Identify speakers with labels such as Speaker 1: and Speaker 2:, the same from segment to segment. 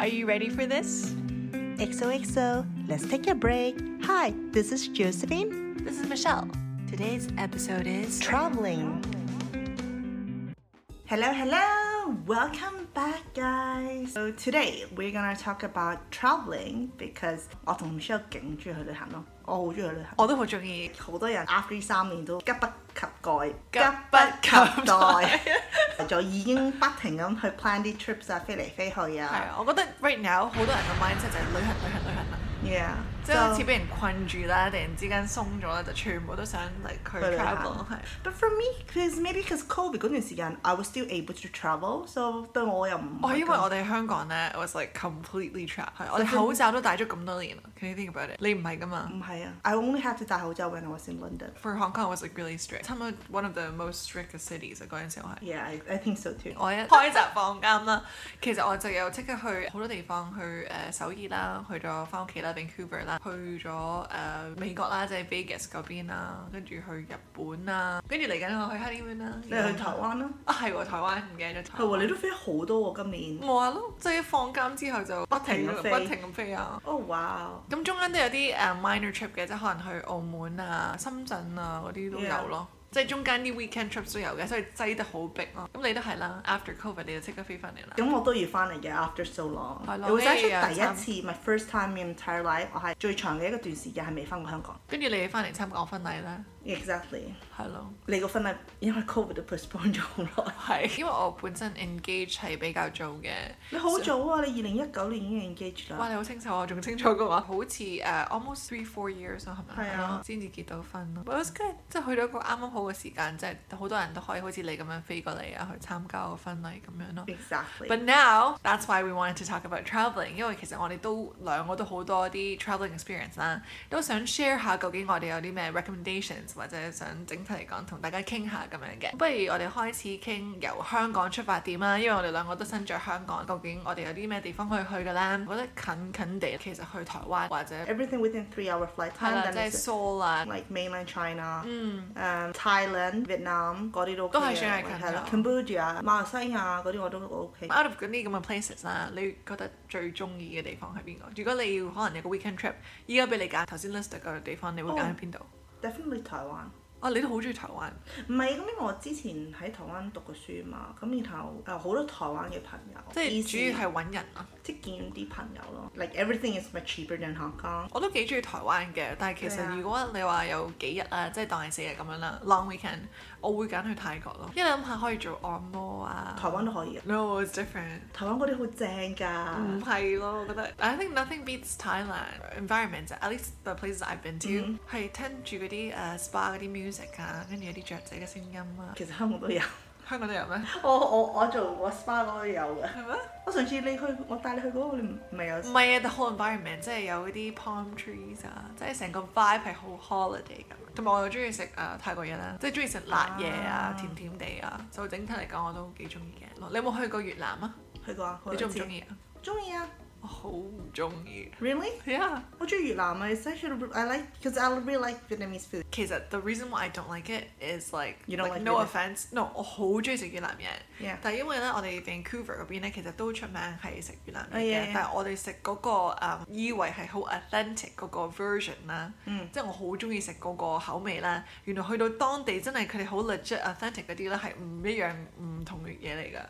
Speaker 1: Are you ready for this?
Speaker 2: XOXO, let's take a break. Hi, this is Josephine.
Speaker 1: This is Michelle. Today's episode is
Speaker 2: Traveling. Hello, hello. Welcome back, guys. So today we're gonna talk about traveling because 我同 Michelle 勁中意去旅行咯，我好中意去旅行。
Speaker 1: 我都好中意，
Speaker 2: 好多人 after 三年都急不及待，
Speaker 1: 急不及
Speaker 2: 急
Speaker 1: 待
Speaker 2: 待，就已經不停咁去 plan 啲 trips 啊，飛嚟飛去
Speaker 1: 係
Speaker 2: 啊
Speaker 1: 啊！我覺得 right now 好多人嘅 mindset 就係旅行、旅行、旅行啦，
Speaker 2: ，yeah，
Speaker 1: 即係好似
Speaker 2: so-
Speaker 1: 俾人困住啦，突然之間鬆咗啦，就全部都想嚟去
Speaker 2: 去旅行
Speaker 1: travel 係。
Speaker 2: But for me, because maybe because COVID 嗰段時間，I was still able to travel, so um, 對我又唔係咁。
Speaker 1: 我因為我哋香港咧，it was like completely trapped 係。我哋口罩都戴咗咁多年啦，can you think about it？你唔係噶嘛
Speaker 2: 唔係啊，I only had to 戴口罩 when I was in London.
Speaker 1: ？For Hong Kong it was like really strict，差唔多 one of the most strict 嘅 cities 啊嗰陣時我係。
Speaker 2: Yeah, I, I think so too.
Speaker 1: 我一 開閘放監啦，其實我就有即刻去好多地方，去誒、呃首爾啦，去咗翻屋企啦，Vancouver 啦，去咗誒、呃美國啦，即係 Vegas 嗰邊啦，跟住去日本啦，跟住嚟緊我去 honeymoon 啦。
Speaker 2: 你去台灣啦？
Speaker 1: 啊係喎，台灣唔記得咗。
Speaker 2: 係喎，你都飛好多喎今年。
Speaker 1: 冇啊咯，即係放監之後就不停
Speaker 2: 不停咁飛
Speaker 1: 不停咁飛啊！
Speaker 2: Oh wow.
Speaker 1: 咁中間都有啲誒呃 minor trip 嘅，即係可能去澳門啊、深圳啊嗰啲都有咯。即係中間啲 weekend trips 都有嘅，所以擠得好逼咯。咁你都係啦，after covid 你就即刻飛翻嚟啦。
Speaker 2: 咁我都要翻嚟嘅，after so long。
Speaker 1: 係咯
Speaker 2: It was
Speaker 1: 呢啲
Speaker 2: actually
Speaker 1: 又慘
Speaker 2: 第一次，my first time in entire life，我係最長嘅一個段時間係未翻過香港。
Speaker 1: 跟住你翻嚟參加我婚禮咧，
Speaker 2: Exactly。
Speaker 1: 係咯，
Speaker 2: 你個婚禮因為 COVID 都 postpone 咗好耐。
Speaker 1: 係因為我本身 engage 係比較早嘅，
Speaker 2: 你好早啊！你二零一九年已經 engage
Speaker 1: 哇
Speaker 2: 啦。
Speaker 1: 你好清楚啊，仲清楚嘅話，好似誒、uh, almost three four years 咯，係咪？
Speaker 2: 係啊
Speaker 1: 係咯先至結到婚咯。But it was good，即係去到一個啱啱好嘅時間，即係好多人都可以好似你咁樣飛過嚟啊，去參加我個婚禮咁樣咯。
Speaker 2: Exactly。
Speaker 1: But now that's why we wanted to talk about traveling，因為其實我哋都兩個都好多啲 traveling experience 啦，都想 share 下究竟我哋有啲咩 recommendations，或者想整體嚟講同大家傾下咁樣嘅。不如我哋開始傾由香港出發點啦，因為我哋兩個都身在香港，究竟我哋有啲咩地方可以去嘅咧？我覺得近近地其實去台灣或者
Speaker 2: everything within three hour flight
Speaker 1: 係
Speaker 2: time
Speaker 1: 啦，
Speaker 2: then
Speaker 1: 即係
Speaker 2: it's
Speaker 1: Seoul 啊。
Speaker 2: like mainland China、誒 Thailand、Vietnam 嗰啲都 OK
Speaker 1: 都係
Speaker 2: 嘅
Speaker 1: 算係近
Speaker 2: 係啦
Speaker 1: 咗
Speaker 2: ，Cambodia、馬來西亞嗰啲我都 OK。
Speaker 1: Out of 嗰啲咁嘅 places 啦，你覺得最中意嘅地方係邊個？如果你要可能有個 weekend trip，依家俾你揀，頭先 list 嘅地方，你會
Speaker 2: 哦
Speaker 1: 揀喺邊度？
Speaker 2: Definitely 台灣。
Speaker 1: 啊，你都好中意台灣，
Speaker 2: 唔係咁，因為我之前喺台灣讀過書嘛，咁然後誒好多台灣嘅朋友，
Speaker 1: 即係
Speaker 2: easy，
Speaker 1: 主要係揾人啊！
Speaker 2: 即係見啲朋友咯。Like everything is much cheaper than Hong Kong。
Speaker 1: 我都幾中意台灣嘅，但係其
Speaker 2: 係啊
Speaker 1: 實如果你話有幾日啊，即係當係四日咁樣啦，long weekend，我會揀去泰國咯，因為諗下可以做按摩啊。
Speaker 2: 台灣都可以嘅，
Speaker 1: No, it's different。
Speaker 2: 台灣嗰啲好正㗎。
Speaker 1: 唔係咯，我覺得 I think nothing beats Thailand environment. At least the places I've been
Speaker 2: 嗯
Speaker 1: to 係聽住嗰啲誒 spa 嗰啲 music 啊，跟住有啲雀仔嘅聲音啊。
Speaker 2: 其實香港都有，
Speaker 1: 香港都有咩？
Speaker 2: 我我我做我 spa 嗰度有嘅。
Speaker 1: 係咩？
Speaker 2: 我上次你去，我帶你去嗰個，你唔唔係有
Speaker 1: 唔係啊，the whole environment 即係有嗰啲 palm trees 啊，即係成個 vibe 係好 holiday 咁。同埋我又中意食誒泰國嘢啦，即係中意食辣嘢啊
Speaker 2: 啊、
Speaker 1: 甜甜地啊，就整體嚟講我都幾中意嘅。你有冇去過越南啊？
Speaker 2: 去過啊？
Speaker 1: 你中唔中
Speaker 2: 意？
Speaker 1: 意啊？
Speaker 2: 中意啊
Speaker 1: 我好唔中意。
Speaker 2: ！Really？
Speaker 1: Yeah，
Speaker 2: 我中意越南啊！It's actually I like because I really like Vietnamese food。
Speaker 1: 其實 the reason why I don't like it is like,
Speaker 2: You don't
Speaker 1: like
Speaker 2: like
Speaker 1: no
Speaker 2: Vietnam?
Speaker 1: offense，no 我好中意食越南嘢
Speaker 2: Yeah
Speaker 1: 但係因為咧我哋 Vancouver 嗰邊咧其實都出名係食越南嘢
Speaker 2: Oh,
Speaker 1: 嘅
Speaker 2: yeah, yeah.
Speaker 1: 但係我哋食嗰個誒、um, 以為係好 authentic 嗰個 version 啦，
Speaker 2: Mm
Speaker 1: 即係我好中意食嗰個口味啦，原來去到當地真係佢哋好 legit authentic 嗰啲咧係唔一樣唔同嘅嘢嚟㗎。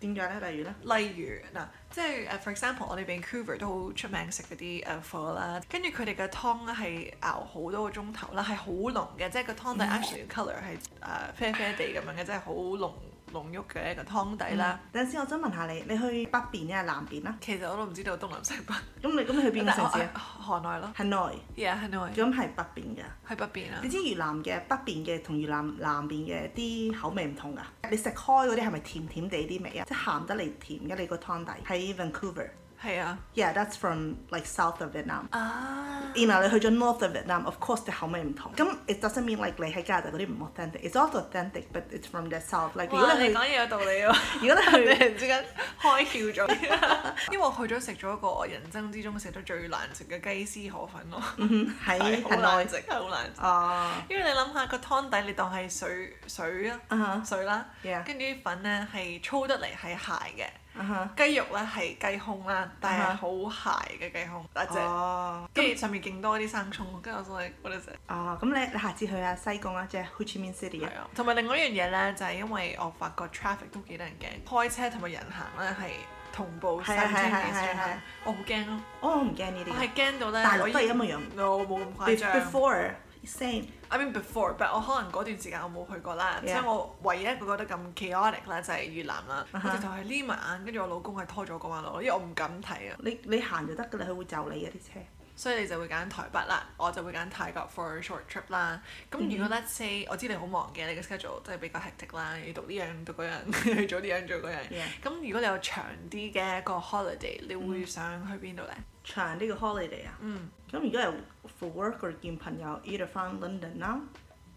Speaker 2: 點解咧？例如咧，
Speaker 1: 例如嗱，即係誒，for example，我哋 Vancouver 都好出名食嗰啲誒火啦，跟住佢哋嘅湯咧係熬好多個鐘頭啦，係好濃嘅，即係個湯
Speaker 2: 嗯
Speaker 1: 底 actually colour 係誒啡啡地咁樣嘅，即係好濃濃郁嘅一個湯底啦。
Speaker 2: 等陣先，我想問下你，你去北邊定係南邊啊？
Speaker 1: 其實我都唔知道東南西北
Speaker 2: 咁你咁你去邊個城市啊？
Speaker 1: 啊？河內咯
Speaker 2: ，Hanoi，
Speaker 1: ，yeah，河內
Speaker 2: 咁係北邊㗎。
Speaker 1: 喺北邊啊
Speaker 2: 你。知越南嘅北邊嘅同越南南邊嘅啲口味唔同㗎。你食開嗰啲係咪甜甜地啲味啊？即係鹹得嚟甜嘅，你個湯底喺 Vancouver。
Speaker 1: 係啊，
Speaker 2: Yeah, that's from like south of Vietnam.
Speaker 1: 啊，
Speaker 2: 然後你去咗 north of Vietnam，of course 啲口味唔同。咁 it doesn't mean like 你喺加拿大嗰啲唔 authentic。It's also authentic, but it's from the south. Like 如果
Speaker 1: 哇你
Speaker 2: 你去
Speaker 1: 講嘢有道理 喎。
Speaker 2: 如果你
Speaker 1: 突然
Speaker 2: 去
Speaker 1: 之間開竅咗， 因為我去咗食咗一個我人生之中食得最難食嘅雞絲河粉咯，
Speaker 2: 嗯 喺
Speaker 1: 係好
Speaker 2: 近
Speaker 1: 難
Speaker 2: 內
Speaker 1: 食，係好難食。
Speaker 2: 啊
Speaker 1: 因為你諗下個湯底，你當係水水啊
Speaker 2: 啊哈
Speaker 1: 水啦，
Speaker 2: Yeah
Speaker 1: 跟住啲粉咧係粗得嚟係鞋嘅，
Speaker 2: 啊哈
Speaker 1: 雞肉咧係雞胸啦，但
Speaker 2: 啊
Speaker 1: 係好柴嘅雞胸，大隻，
Speaker 2: 哦，
Speaker 1: 跟住上面勁多啲生葱，跟住我想我哋食。
Speaker 2: 哦，咁你你下次去啊西貢啊，即係 Ho Chi Minh City 啊
Speaker 1: 係，啊，同埋另外一樣嘢咧，就係因為我發覺 traffic 都幾得人驚，開車同埋人行咧係同步
Speaker 2: 係
Speaker 1: 三
Speaker 2: 啊
Speaker 1: 千幾
Speaker 2: 係啊係
Speaker 1: 線
Speaker 2: 啊係
Speaker 1: 行
Speaker 2: 啊，
Speaker 1: 我好驚咯，
Speaker 2: 哦我唔驚呢啲
Speaker 1: 我
Speaker 2: 嘅
Speaker 1: 係驚到咧，
Speaker 2: 大陸
Speaker 1: 我
Speaker 2: 都係
Speaker 1: 已
Speaker 2: 咁嘅樣
Speaker 1: ，no 冇咁誇
Speaker 2: Be-
Speaker 1: 張。
Speaker 2: ，before same，
Speaker 1: I mean before，but 我可能嗰段時間我冇去過啦，即
Speaker 2: Yeah.
Speaker 1: 係我唯一一個覺得咁 chaotic 啦，就係越南啦。我
Speaker 2: Uh-huh.
Speaker 1: 直頭係匿埋眼，跟住我老公係拖咗過馬路，因為我唔敢睇啊，
Speaker 2: 你你行就得㗎啦，佢會就你嘅啊啲車。
Speaker 1: 所以你就會揀台北啦，我就會揀泰國 for a short trip 啦。咁
Speaker 2: 嗯
Speaker 1: 如果 let's say 我知你好忙嘅，你嘅 schedule 真係比較 hectic 啦，要讀呢樣讀嗰樣， 要做呢樣做嗰樣。
Speaker 2: Yeah. 嗯
Speaker 1: 咁如果你有長啲嘅一個 holiday，你會想去邊度呢？
Speaker 2: 長呢個 holiday 啊，
Speaker 1: 嗯，
Speaker 2: 咁如果係 for work or 見朋友，either 翻 London 啦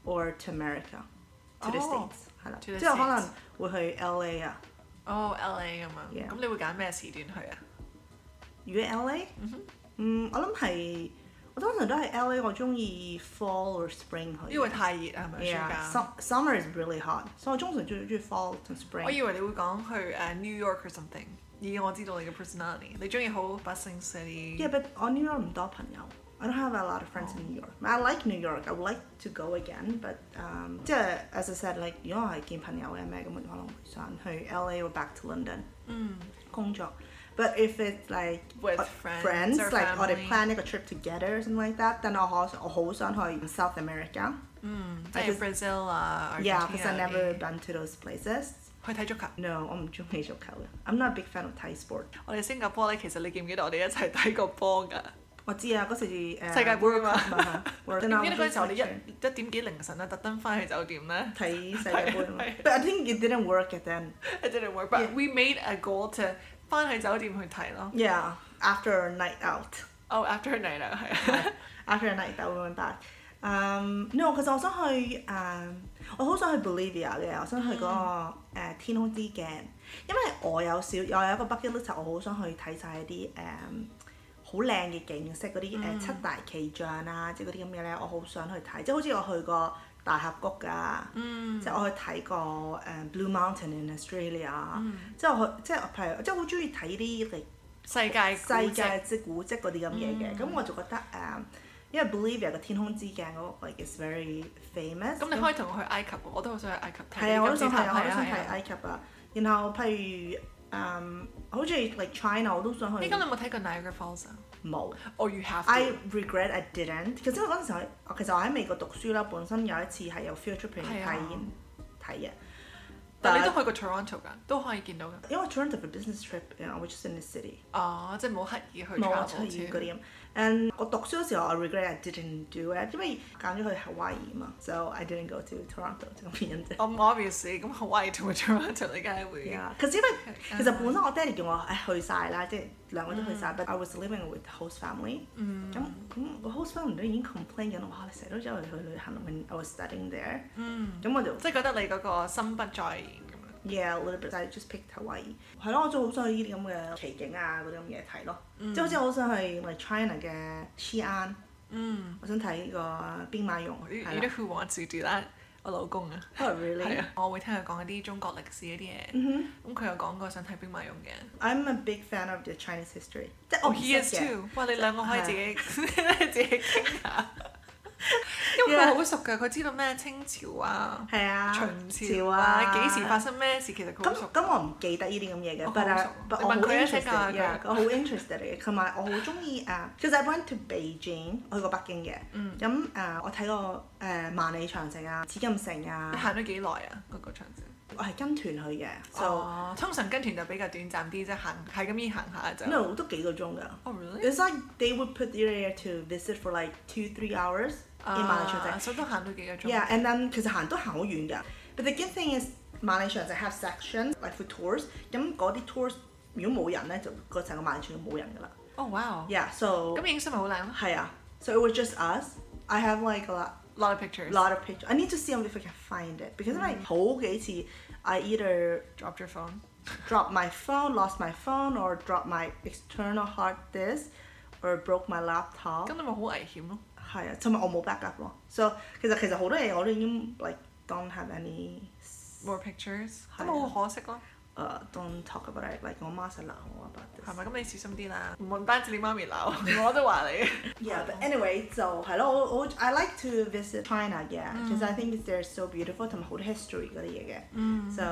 Speaker 2: ，or to America to the
Speaker 1: 哦
Speaker 2: States 係啦，
Speaker 1: Oh， to the
Speaker 2: 之後可能會去 LA 啊。
Speaker 1: 哦 LA 咁樣，
Speaker 2: Yeah.
Speaker 1: 咁你會揀咩時段去啊？
Speaker 2: 如果 LA，嗯，我諗係我通常都係 LA，我中意 fall or spring 去。
Speaker 1: 因為太熱啊係咪暑
Speaker 2: yeah,
Speaker 1: 假？
Speaker 2: sum- summer is really hot，所以我通常最中意 fall 同 spring。
Speaker 1: 我以為你會講去誒 uh, New York or something，以我知道你嘅 personality，你中意好 bustling city。
Speaker 2: Yeah, but on New York 唔多朋友。I don't have a lot of friends in New York. I like New York. I would like to go again, but um, 即係 as I said, like 如果我係見朋友嘅咩咁，我可能會想去 LA or back to London
Speaker 1: 嗯
Speaker 2: 工作。But if it's like
Speaker 1: Mm. ，with
Speaker 2: uh,
Speaker 1: friends,
Speaker 2: friends,
Speaker 1: or
Speaker 2: like 我哋
Speaker 1: family
Speaker 2: plan 一個 trip together or something like that, then 我可我好想去 South America.
Speaker 1: 嗯，即
Speaker 2: I
Speaker 1: 係
Speaker 2: just-
Speaker 1: Hmm, Brazil 啊
Speaker 2: Yeah, because I
Speaker 1: Argentina eh.
Speaker 2: never
Speaker 1: 嗰啲
Speaker 2: been to those places.
Speaker 1: 去睇足球。
Speaker 2: No，我唔中意足球嘅。I'm not a big fan of Thai sport.
Speaker 1: 我哋新加坡咧，其實你記唔記得我 哋一齊睇過波㗎？
Speaker 2: 我知啊，嗰時誒
Speaker 1: 世界盃啊嘛。
Speaker 2: 嘛，
Speaker 1: 記唔記得嗰陣時我哋
Speaker 2: uh-huh. World Cup
Speaker 1: 一一點幾凌晨咧，特登翻去酒店咧
Speaker 2: 睇世界盃啊嘛
Speaker 1: 係係
Speaker 2: ，but I think it didn't work at then.
Speaker 1: ，it didn't work。But
Speaker 2: Yeah.
Speaker 1: we made a goal to 翻去酒店去睇咯。
Speaker 2: Yeah, after a night out,
Speaker 1: Oh, after a night out，係 啊
Speaker 2: after a night out we went back. Um, no，其實我想去誒，um, 我好想去 Bolivia 嘅，我想去嗰、個、
Speaker 1: 嗯
Speaker 2: 呃天空之鏡，因為我有少，我有一個 bucket list，我好想去睇晒啲誒嗯好靚嘅景色，嗰
Speaker 1: 嗯
Speaker 2: 啲呃誒七大奇象啊，即係嗰啲咁嘅咧，我好想去睇，即係好似我去過大峽谷啊㗎。
Speaker 1: 嗯
Speaker 2: 即係我去睇過誒、Blue Mountain in Australia，、即係
Speaker 1: 嗯
Speaker 2: 我去即係譬如即係好中意睇啲嚟
Speaker 1: 世界嗯
Speaker 2: 世
Speaker 1: 世
Speaker 2: 界
Speaker 1: 界
Speaker 2: 即係古蹟嗰啲咁嘢嘅，咁、我就覺得誒、因為 Bolivia 嘅天空之鏡嗰個 like is very famous。
Speaker 1: 咁你可以同我去埃及喎，我都好想去埃及睇。
Speaker 2: 係啊，我都想
Speaker 1: 金
Speaker 2: 睇
Speaker 1: 字塔
Speaker 2: 啊，我都
Speaker 1: 係啊
Speaker 2: 想
Speaker 1: 係啊
Speaker 2: 睇埃及啊。然後譬如誒、嗯好似 like China 我都想
Speaker 1: 你
Speaker 2: 去
Speaker 1: 今日有冇睇過 Niagara Falls 啊
Speaker 2: 冇。
Speaker 1: ？Or you have
Speaker 2: I
Speaker 1: to
Speaker 2: regret I didn't，其實因為嗰陣時候我其實我喺美國讀書啦，本身有一次係有 field trip 去
Speaker 1: 係
Speaker 2: 睇
Speaker 1: 啊
Speaker 2: 睇嘅，
Speaker 1: 但你都去過 Toronto 㗎，都可以見到㗎。
Speaker 2: 因為 Toronto 嘅 business trip，然後 which is in the city。
Speaker 1: 哦，即係冇刻意去
Speaker 2: 冇啊，
Speaker 1: Oh, travel
Speaker 2: 出現嗰
Speaker 1: 啫。
Speaker 2: 啲咁。And 我讀書嗰時候，我 regret I didn't do it，因為揀咗去 Hawaii 嘛，so I didn't go to Toronto 就咁樣啫。
Speaker 1: 我 obviously 咁 Hawaii 同埋 Toronto 你梗係會。
Speaker 2: Yeah，其實因為其實本身我爹哋叫我誒去晒啦，即係兩個都去晒。but I was living with the host family。咁
Speaker 1: 嗯 Mm.
Speaker 2: 咁個 host family 都已經 complain 緊，哇！你成日都走去去旅行，when I was studying there。
Speaker 1: 嗯，
Speaker 2: 咁我就
Speaker 1: 即係覺得你嗰個心不在焉咁樣。
Speaker 2: Yeah，a little bit，但係 just pick Hawaii。係咯，我就好想去呢啲咁嘅奇景啊，嗰啲咁嘢睇咯。
Speaker 1: Mm.
Speaker 2: 即係好似我好想去 like China 嘅西安，
Speaker 1: 嗯
Speaker 2: 我想睇呢個兵馬俑。
Speaker 1: ，you
Speaker 2: 係
Speaker 1: you
Speaker 2: 啦
Speaker 1: know who wants to do that？我老公啊，
Speaker 2: Oh, really?
Speaker 1: 係啊，我會聽佢講一啲中國歷史嗰啲嘢。咁佢有講過想睇兵馬俑嘅。
Speaker 2: I'm a big fan of the Chinese history. 即係我
Speaker 1: 哦
Speaker 2: 唔識
Speaker 1: ，he is
Speaker 2: 嘅。
Speaker 1: too。哇，你兩個可以自己 自己傾下，因為佢好熟㗎，佢知道咩清朝啊。
Speaker 2: 係啊，
Speaker 1: 秦朝啊，幾時發？生咩事？其實佢好
Speaker 2: 咁
Speaker 1: 熟。
Speaker 2: 咁我唔記得呢啲咁嘢
Speaker 1: 我
Speaker 2: 嘅，but
Speaker 1: 好
Speaker 2: I-
Speaker 1: 熟
Speaker 2: but
Speaker 1: 你
Speaker 2: 我好
Speaker 1: 問佢一聲啊
Speaker 2: interested，yeah，
Speaker 1: 佢
Speaker 2: 我好 interested 嘅，同埋我好中意誒，because I went to Beijing，我去過北京嘅，咁誒我睇過誒萬里長城啊、紫禁城啊
Speaker 1: 你，行咗幾耐啊？嗰個長城。
Speaker 2: 我係跟團去嘅，so
Speaker 1: 哦，通常跟團就比較短暫啲啫，行係咁樣行下就。
Speaker 2: no 都幾個鐘㗎。
Speaker 1: 哦，really？
Speaker 2: It's like they would put you there to visit for like two three hours
Speaker 1: Ah。
Speaker 2: in 萬里長城
Speaker 1: 啊，。所以都行到幾個鐘。
Speaker 2: Yeah, and then 其實行都行好遠㗎。But the good thing is 萬里長城 have sections like for tours。咁嗰啲 tours 如果冇人咧，就個成個萬里長城冇人㗎啦。
Speaker 1: 哦，wow！
Speaker 2: Yeah, so
Speaker 1: 咁影相咪好靚咯
Speaker 2: 係啊，so it was just us. I have like a lot,
Speaker 1: ，lot of pictures。
Speaker 2: lot of pictures. I need to see them if I can find it because like 好幾次 I either
Speaker 1: Drop your phone。
Speaker 2: dropped my phone, lost my phone, or dropped my external hard disk, or broke my laptop.
Speaker 1: 咁你咪好危險咯。
Speaker 2: 係啊，同埋我冇 backup 咯。So 其實其實好多嘢我都已經 like don't have any
Speaker 1: More pictures。
Speaker 2: 係啊
Speaker 1: 咁好可惜咯。
Speaker 2: uh, don't talk about it like 我媽成日鬧我 about this
Speaker 1: 係咪？咁你小心啲啦，唔單止你媽咪鬧， 我都話你。
Speaker 2: Yeah, but anyway 就係咯，我我 I like to visit China 嘅，其實 I think they're so beautiful 同埋好多 history 嗰啲嘢嘅，就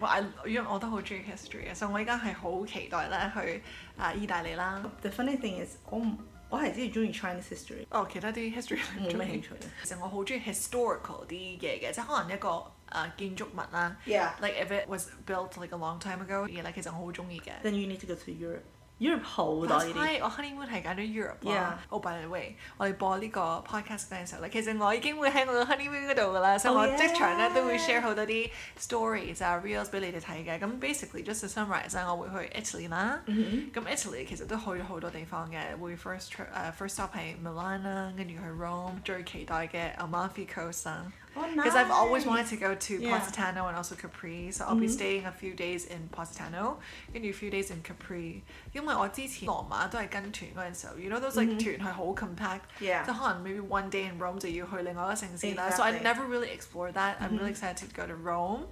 Speaker 1: 我 I 因為我都好中意 history 嘅，所以我依家係好期待咧去啊意大利啦。
Speaker 2: the funny thing is 我唔我係真係中意 Chinese history，
Speaker 1: 哦，其他啲 history
Speaker 2: 冇
Speaker 1: 中
Speaker 2: 咩
Speaker 1: 意
Speaker 2: 興趣。
Speaker 1: 其實我好中意 historical 啲嘢嘅，即係可能一個誒、呃建築物啦。
Speaker 2: Yeah.
Speaker 1: Like if it was built like a long time ago 嘢咧，其實我好中意嘅。
Speaker 2: Then you need to go to Europe. Europe 好多呢
Speaker 1: Last
Speaker 2: 啲。
Speaker 1: night 我 honeymoon 係揀咗 Europe 啦。Oh by the way，我哋播呢個 podcast 嘅時候咧，其實我已經會喺我嘅 honeymoon 嗰度㗎啦，所以
Speaker 2: Oh,
Speaker 1: 我即場咧
Speaker 2: yeah.
Speaker 1: 都會 share 好多啲 stories 啊 reels 俾你哋睇嘅。咁 basically just to summarise 啦，我會去 Italy 啦。
Speaker 2: Mm-hmm
Speaker 1: 咁 Italy 其實都去咗好多地方嘅，會 first trip 誒 first stop 係 Milan 啦，跟住去 Rome，最期待嘅 Amalfi Coast 啊啦。
Speaker 2: Oh,
Speaker 1: Because I've always wanted
Speaker 2: nice.
Speaker 1: to go to
Speaker 2: Yeah. Mm-hmm.
Speaker 1: Positano and also Capri, so I'll be staying a few days in Positano, and a few days in Capri. 因為我之前羅馬都係跟團嗰陣時候，you know those like、團係好 compact，即
Speaker 2: Mm-hmm. Yeah.
Speaker 1: 係可能 maybe one day in Rome 就要去另外一個城市啦。So I
Speaker 2: Exactly. Mm-hmm.
Speaker 1: never really explored that. I'm really excited to go to Rome.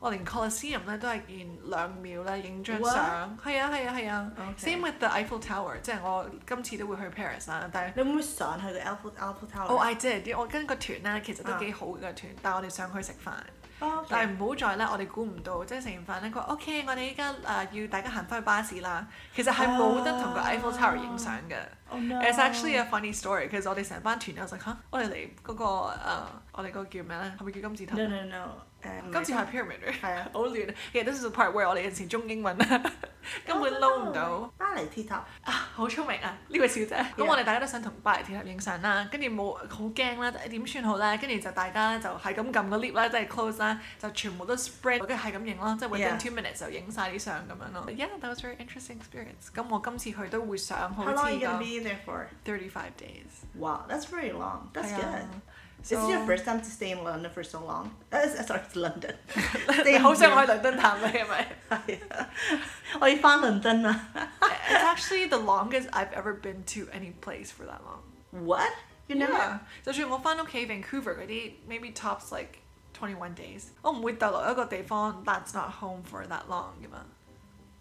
Speaker 1: 我連 Colosseum 咧都係見兩秒咧影張
Speaker 2: What？
Speaker 1: 相，係啊係啊係啊。
Speaker 2: Okay.
Speaker 1: Same with the Eiffel Tower，即係 oh, 我今次都會去 Paris 啦，但係。
Speaker 2: 你會唔會上去個 Alpha Alpha Tower？
Speaker 1: 哦、i did！我 oh, 跟個團咧，其實都
Speaker 2: 啊
Speaker 1: 幾好嘅個團，但係我哋上去食飯。
Speaker 2: 哦，
Speaker 1: 但
Speaker 2: 但
Speaker 1: 係唔好在咧，我哋估唔到，即係食完飯咧，佢話 OK，我哋依家啊誒要大家行翻去巴士啦。其實係
Speaker 2: 啊
Speaker 1: 冇得同個 Eiffel Tower 影相嘅。
Speaker 2: Oh, no.
Speaker 1: It's actually a funny story，其實我哋成班團友就嚇，我哋嚟嗰個誒，啊我哋嗰個叫咩咧？係咪叫金字塔
Speaker 2: no no no 誒，
Speaker 1: 金字塔 pyramid 嚟
Speaker 2: 係啊，
Speaker 1: 好亂。其實 this is the part where 我哋有時中英文啦， 根本撈唔到。
Speaker 2: 巴黎鐵塔。
Speaker 1: 啊，好聰明啊！呢位小姐，咁
Speaker 2: Yeah.
Speaker 1: 我哋大家都想同巴黎鐵塔影相啦，跟住冇好驚啦，點算好咧？跟住就大家咧就係咁撳個 lift 啦，即係 close 啦，就全部都 spread，跟住係咁影咯，即係 within
Speaker 2: Yeah.
Speaker 1: two minutes 就影晒啲相咁樣咯。Yeah, that was very interesting experience。咁我今次去都會上好
Speaker 2: How long
Speaker 1: 似
Speaker 2: are you
Speaker 1: 個
Speaker 2: gonna be there for?
Speaker 1: thirty five days。
Speaker 2: Wow, that's very long. That's
Speaker 1: 係啊
Speaker 2: good. Is it your first time to stay in London for so long? Uh, sorry, it's London. Stay
Speaker 1: 你
Speaker 2: in
Speaker 1: 好想
Speaker 2: Europe. Oh,
Speaker 1: 去倫敦探你係 咪
Speaker 2: 我要翻倫敦啊
Speaker 1: ？It's actually the longest I've ever been to any place for that long。
Speaker 2: ！What? You never?
Speaker 1: Yeah，就算我翻屋企 Vancouver 嗰啲，maybe tops like twenty one days，我 Oh, 唔會逗留一個地方 that's not home for that long 噶嘛。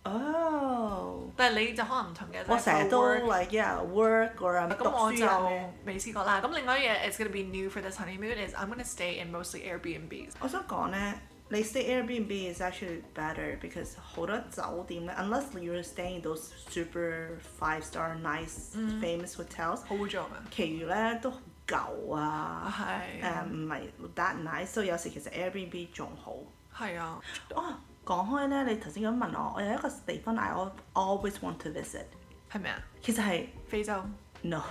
Speaker 2: Oh，
Speaker 1: 但係你就可能唔同嘅，
Speaker 2: 我
Speaker 1: 即係
Speaker 2: 成日
Speaker 1: for
Speaker 2: 都
Speaker 1: work
Speaker 2: like yeah work or 啊讀
Speaker 1: 咁我
Speaker 2: 書啊咩
Speaker 1: 就未試過啦。咁另外一樣 is oh, gonna be new for this honeymoon is I'm gonna stay in mostly Airbnbs。
Speaker 2: 我想講咧，你 stay Airbnb is actually better because 好多酒店咧，unless you're staying in those super five star nice famous hotels，
Speaker 1: 好污糟啊嘛。
Speaker 2: 其餘咧都好舊
Speaker 1: Uh,
Speaker 2: 啊，
Speaker 1: 係
Speaker 2: 誒唔係 that nice，所以有時其實 Airbnb 仲好。
Speaker 1: 係啊，
Speaker 2: 哦，講開咧，你頭先咁問我，我有一個地方 I al- always want to visit，
Speaker 1: 係咪啊？
Speaker 2: 其實係
Speaker 1: 非洲，
Speaker 2: no，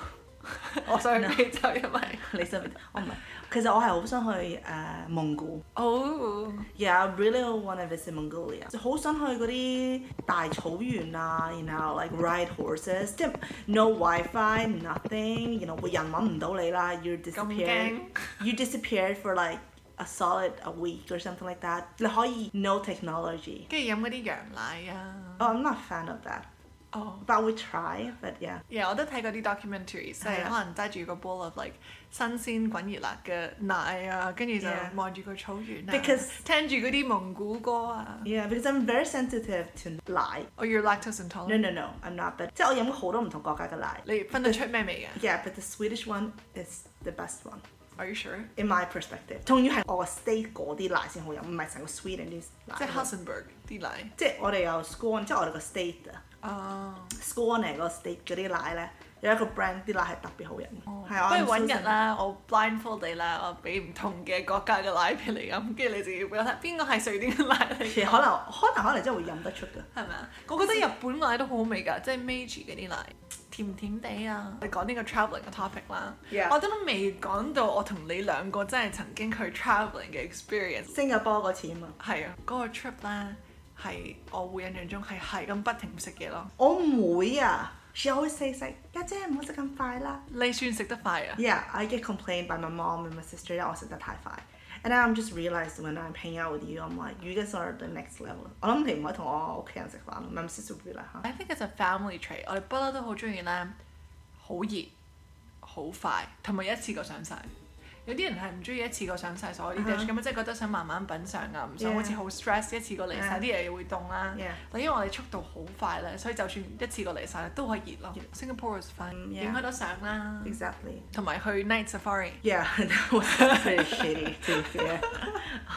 Speaker 1: 我想去非洲，因為
Speaker 2: 你想唔想我唔係，其實我係好想去誒、蒙古。Oh.
Speaker 1: 哦
Speaker 2: Yeah, I really want to visit Mongolia. 就好想去嗰啲大草原啊，然後 uh, like ride horses，即係 no WiFi, nothing，然後人揾唔到你啦，you
Speaker 1: 咁
Speaker 2: disappeared.
Speaker 1: 驚
Speaker 2: You disappeared for like a solid a week or something like that. 你可以 no technology.
Speaker 1: 跟住飲嗰啲羊奶啊，
Speaker 2: Oh, I'm not a fan of that.
Speaker 1: 哦。
Speaker 2: But we try, but yeah.
Speaker 1: Yeah，我都睇過啲 documentary，即係
Speaker 2: 係啊
Speaker 1: 可能揸住個 bowl of like 新鮮滾熱辣嘅奶啊，跟住就
Speaker 2: Yeah
Speaker 1: 望住個草原啊
Speaker 2: Because-
Speaker 1: 聽住嗰啲蒙古歌啊。
Speaker 2: Yeah, because I'm very sensitive to 奶。
Speaker 1: 哦，you're lactose
Speaker 2: No,
Speaker 1: intolerant，
Speaker 2: no, no, I'm not. But 即係我飲過好多唔同國家嘅奶。
Speaker 1: 你分得出咩味嘅
Speaker 2: Yeah, but the Swedish one is the best one.
Speaker 1: ？Are you sure？
Speaker 2: In my perspective，仲要係我個 state 嗰啲奶先好飲，唔係成個 Sweden 啲奶。
Speaker 1: 即係 Helsingborg 啲奶。
Speaker 2: 即係我哋有 Skåne，即係我哋個 state 啊 Oh。
Speaker 1: 哦，
Speaker 2: ，Skåne 個 state 嗰啲奶咧，有一個 brand 啲奶係特別好飲嘅。
Speaker 1: 哦
Speaker 2: 係啊，
Speaker 1: 不如
Speaker 2: I'm so
Speaker 1: 揾日啦，我 blindfold 你啦，我俾唔同嘅國家嘅奶俾你飲，跟住你自己俾我睇邊個係瑞典嘅奶嚟
Speaker 2: sorry。其
Speaker 1: 嘅。
Speaker 2: 實可能可能可能真係會飲得出㗎。
Speaker 1: 係咪啊？我覺得日本奶都好好味㗎，即係 Meiji 嗰啲奶，甜甜地啊！你講呢個 travelling 嘅 topic 啦
Speaker 2: Yeah
Speaker 1: 我都未講到我同你兩個真係曾經去 travelling 嘅 experience。
Speaker 2: 新加坡嗰次啊嘛，
Speaker 1: 係啊，嗰、個 trip 咧係我會印象中係係咁不停唔食嘢咯。
Speaker 2: 我妹啊，she always say 食家姐唔好食咁快啦。
Speaker 1: 你算食得快啊？
Speaker 2: Yeah, I get complained by my mom and my sister that I said that high five. And I'm just realized when I'm hanging out with you, I'm like, you guys are the next level. 我諗你唔可以同我屋企人食飯，my sister would be like, huh?
Speaker 1: I think it's a family trait。我哋不嬲都好中意咧，好熱、好快，同埋一次過上晒。有啲人係唔中意一次過上晒所有啲 dish，
Speaker 2: 啊
Speaker 1: 咁樣即係覺得想慢慢品嚐啊，唔想
Speaker 2: Yeah
Speaker 1: 好似好 stress 一次過嚟晒
Speaker 2: Yeah
Speaker 1: 啲嘢又會凍啦。
Speaker 2: Yeah
Speaker 1: 但因為我哋速度好快咧，所以就算一次過嚟晒咧都可以熱咯。
Speaker 2: Yeah
Speaker 1: Singapore is fine，
Speaker 2: Mm,
Speaker 1: 影開到相啦，
Speaker 2: Exactly.
Speaker 1: 同埋去 night safari。
Speaker 2: Yeah, that was pretty shitty to be fair.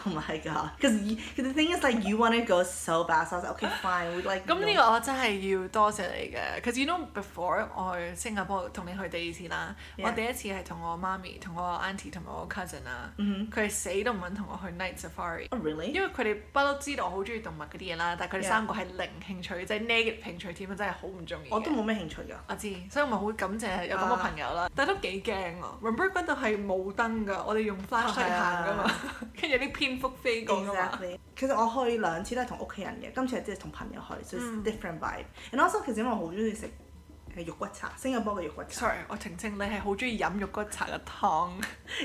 Speaker 2: Oh my god. Because the thing is, like, you want to go so bad. So I was like, okay, fine. We like.
Speaker 1: 咁呢
Speaker 2: don't-
Speaker 1: 個我真係要多謝你嘅，cause you know before 我去新加坡同你去第二次啦
Speaker 2: Yeah.
Speaker 1: 我第一次係同我媽咪、同我 auntie 同埋我 cousin 啦，
Speaker 2: 嗯
Speaker 1: 佢係死都唔肯同我去 night safari，
Speaker 2: Oh really?
Speaker 1: 因為佢哋不嬲知道我好中意動物嗰啲嘢啦，但係佢哋
Speaker 2: Yeah.
Speaker 1: 三個係零興趣，即係 negative 興趣添，真係好唔中意嘅。
Speaker 2: 我都冇咩興趣㗎。
Speaker 1: 我知，所以我咪好感謝有咁嘅朋友啦，
Speaker 2: 啊
Speaker 1: 但係都幾驚喎。r o m b e r 嗰度係冇燈㗎，我哋用 flashlight
Speaker 2: 係啊
Speaker 1: 行㗎嘛，跟住有啲蝙蝠飛過㗎嘛。
Speaker 2: Exactly。其實我去兩次都係同屋企人嘅，今次係即係同朋友去，所以 different vibe。And also 其實因為我好中意食誒肉骨茶，新加坡嘅肉骨 茶。
Speaker 1: Sorry，我澄清你係好中意飲肉骨茶嘅湯。